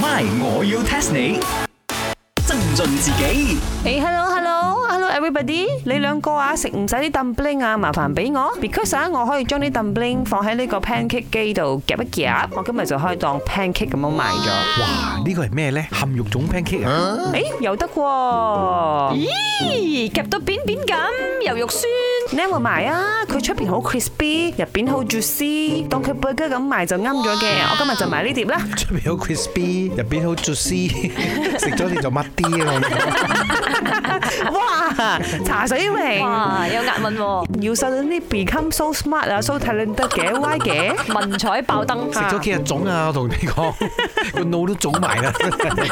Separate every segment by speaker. Speaker 1: My，我要 test 你。增進自己
Speaker 2: 誒、hello，hello，hello，everybody！你兩個啊，食唔使啲 dumpling 啊，麻煩俾我，because 啊，我可以將啲 dumpling 放喺呢個 pancake 機度夾一夾，我今日就可以當 pancake 咁樣賣咗。
Speaker 3: 哇！呢個係咩咧？鹹肉粽 pancake à? 啊！
Speaker 2: 誒、又得喎，
Speaker 4: 咦，夾到扁扁咁，又肉酸。
Speaker 2: 你有冇買啊？佢出邊好 crispy，入邊好 juicy，當佢 burger 咁賣就啱咗嘅。我今日就買呢 碟啦。
Speaker 3: 出邊好 crispy，入邊好 juicy，食 咗你就乜啲啦！
Speaker 2: 哇，茶水榮
Speaker 4: 哇，有押 韻喎，
Speaker 2: 要 suddenly become so smart 啊，so talented 嘅，why 嘅？
Speaker 4: 文采爆燈。
Speaker 3: 食咗幾日粽啊！我同你講，個腦都腫埋啦，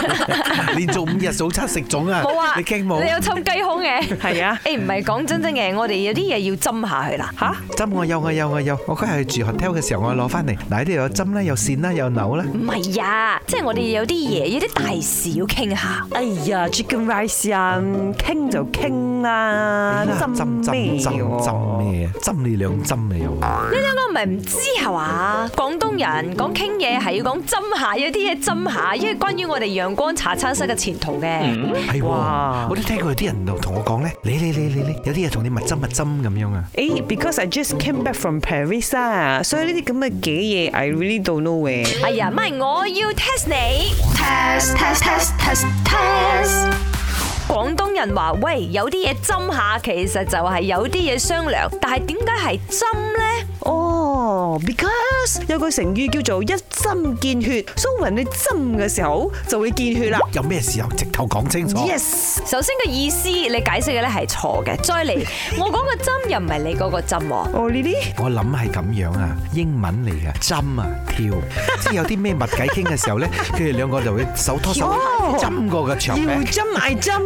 Speaker 3: 連續五日早餐食粽啊！
Speaker 4: 冇啊，
Speaker 3: 你驚冇
Speaker 4: 你？有抽雞 胸嘅。
Speaker 2: 係啊，
Speaker 4: 誒，唔係講真真嘅，我哋有啲嘢要針下佢啦。
Speaker 2: 吓？
Speaker 3: 針我有我有我有，我嗰日去住 hotel 嘅時候，我攞翻嚟。嗱，呢度有針啦，有線啦，有紐啦。
Speaker 4: 唔係呀，即係我哋有啲嘢，有啲大事要傾下。
Speaker 2: 哎呀，chicken rice à, 啊，傾就傾啦，
Speaker 3: 針針
Speaker 2: 咩
Speaker 3: 針針
Speaker 2: 喎？
Speaker 3: 咩啊？針你兩針啊又！
Speaker 4: 你兩個唔係唔知係嘛？廣東人講傾嘢係要講針下，有啲嘢針下，因為關於我哋陽光茶餐室嘅前途嘅。
Speaker 3: 係喎，
Speaker 2: 哇
Speaker 3: 我都聽過有啲人同我講咧，你你你你你，有啲嘢同你密針密針咁樣啊！
Speaker 2: 誒，because I just came back from Paris à. 啊，所以呢啲咁嘅幾嘢，I really don't know 嘅。
Speaker 4: 哎呀，唔係我要 test 你。
Speaker 5: test test test test test
Speaker 4: 廣東人話：喂，有啲嘢斟下，其實就係有啲嘢商量。但係點解係斟呢？
Speaker 2: 哦，because Oh, 有句成語叫做一針見血，所以人你針嘅時候就會見血啦。
Speaker 3: 有咩時候直頭講清楚。
Speaker 2: à. Dạ. Yes，
Speaker 4: 首先嘅意思你解釋嘅咧係錯嘅。再嚟，我講個針又唔係你嗰個針喎。
Speaker 2: 哦呢啲
Speaker 3: 我諗係咁樣啊，英文嚟嘅針啊跳，即係有啲咩物偈傾嘅時候咧，佢哋兩個就會手拖手
Speaker 2: 跳
Speaker 3: 針過個牆
Speaker 2: 要
Speaker 3: 壁，
Speaker 2: 針嗌針，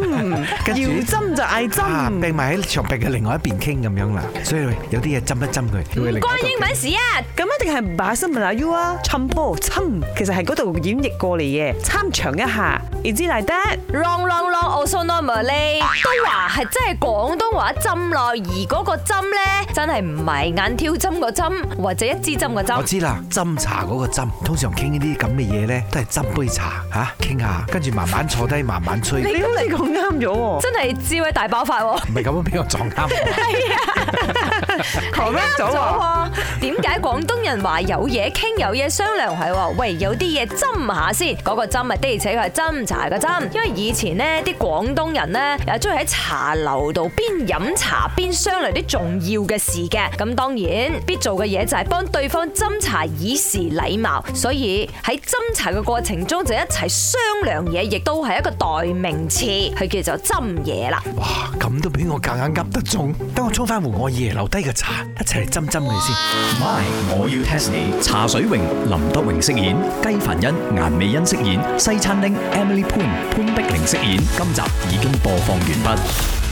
Speaker 3: 跟住
Speaker 2: 要針就嗌
Speaker 3: 啊
Speaker 2: 針。
Speaker 3: 並埋喺牆壁嘅另外一邊傾咁樣啦。所以有啲嘢針一針佢，會另外一度
Speaker 4: 關英文事啊！
Speaker 2: 咁一定係把新聞啊 U 啊，侵波侵，其實係嗰度演繹過嚟嘅，參詳一下，而知嚟得。
Speaker 4: Long long long also normally 都話係真係廣東話針咯，而嗰個針咧真係唔係眼挑針個針，或者一支針個
Speaker 3: 我
Speaker 4: 針。
Speaker 3: 知啦，斟茶嗰個斟，通常傾呢啲咁嘅嘢咧，都係斟杯茶嚇，傾下，跟住慢慢坐低，慢慢吹，
Speaker 2: 你好似講啱咗
Speaker 4: 真係智慧大爆發喎！
Speaker 3: 唔係咁樣俾我撞啱。
Speaker 2: ，correct 咗喎。
Speaker 4: 喎。點解廣東人話有嘢傾有嘢商量係喎？喂，有啲嘢斟下先，嗰、個斟啊的而且確係斟茶嘅斟，因為以前呢啲廣東人呢，又中意喺茶樓度邊飲茶邊商量啲重要嘅事嘅。咁當然必做嘅嘢就係幫對方斟茶以示禮貌，所以喺斟茶嘅過程中就一齊商量嘢，亦都係一個代名詞，佢叫做斟嘢啦。
Speaker 3: 哇，咁都俾我夾硬噏得中，等我沖翻壺我爺留低嘅茶，一齊嚟斟斟佢先。
Speaker 1: ，My，我要 test 你。茶水榮、林德榮飾演，雞凡欣、顏美欣飾演，西餐廳 Emily Poon 潘碧玲飾演。今集已經播放完畢。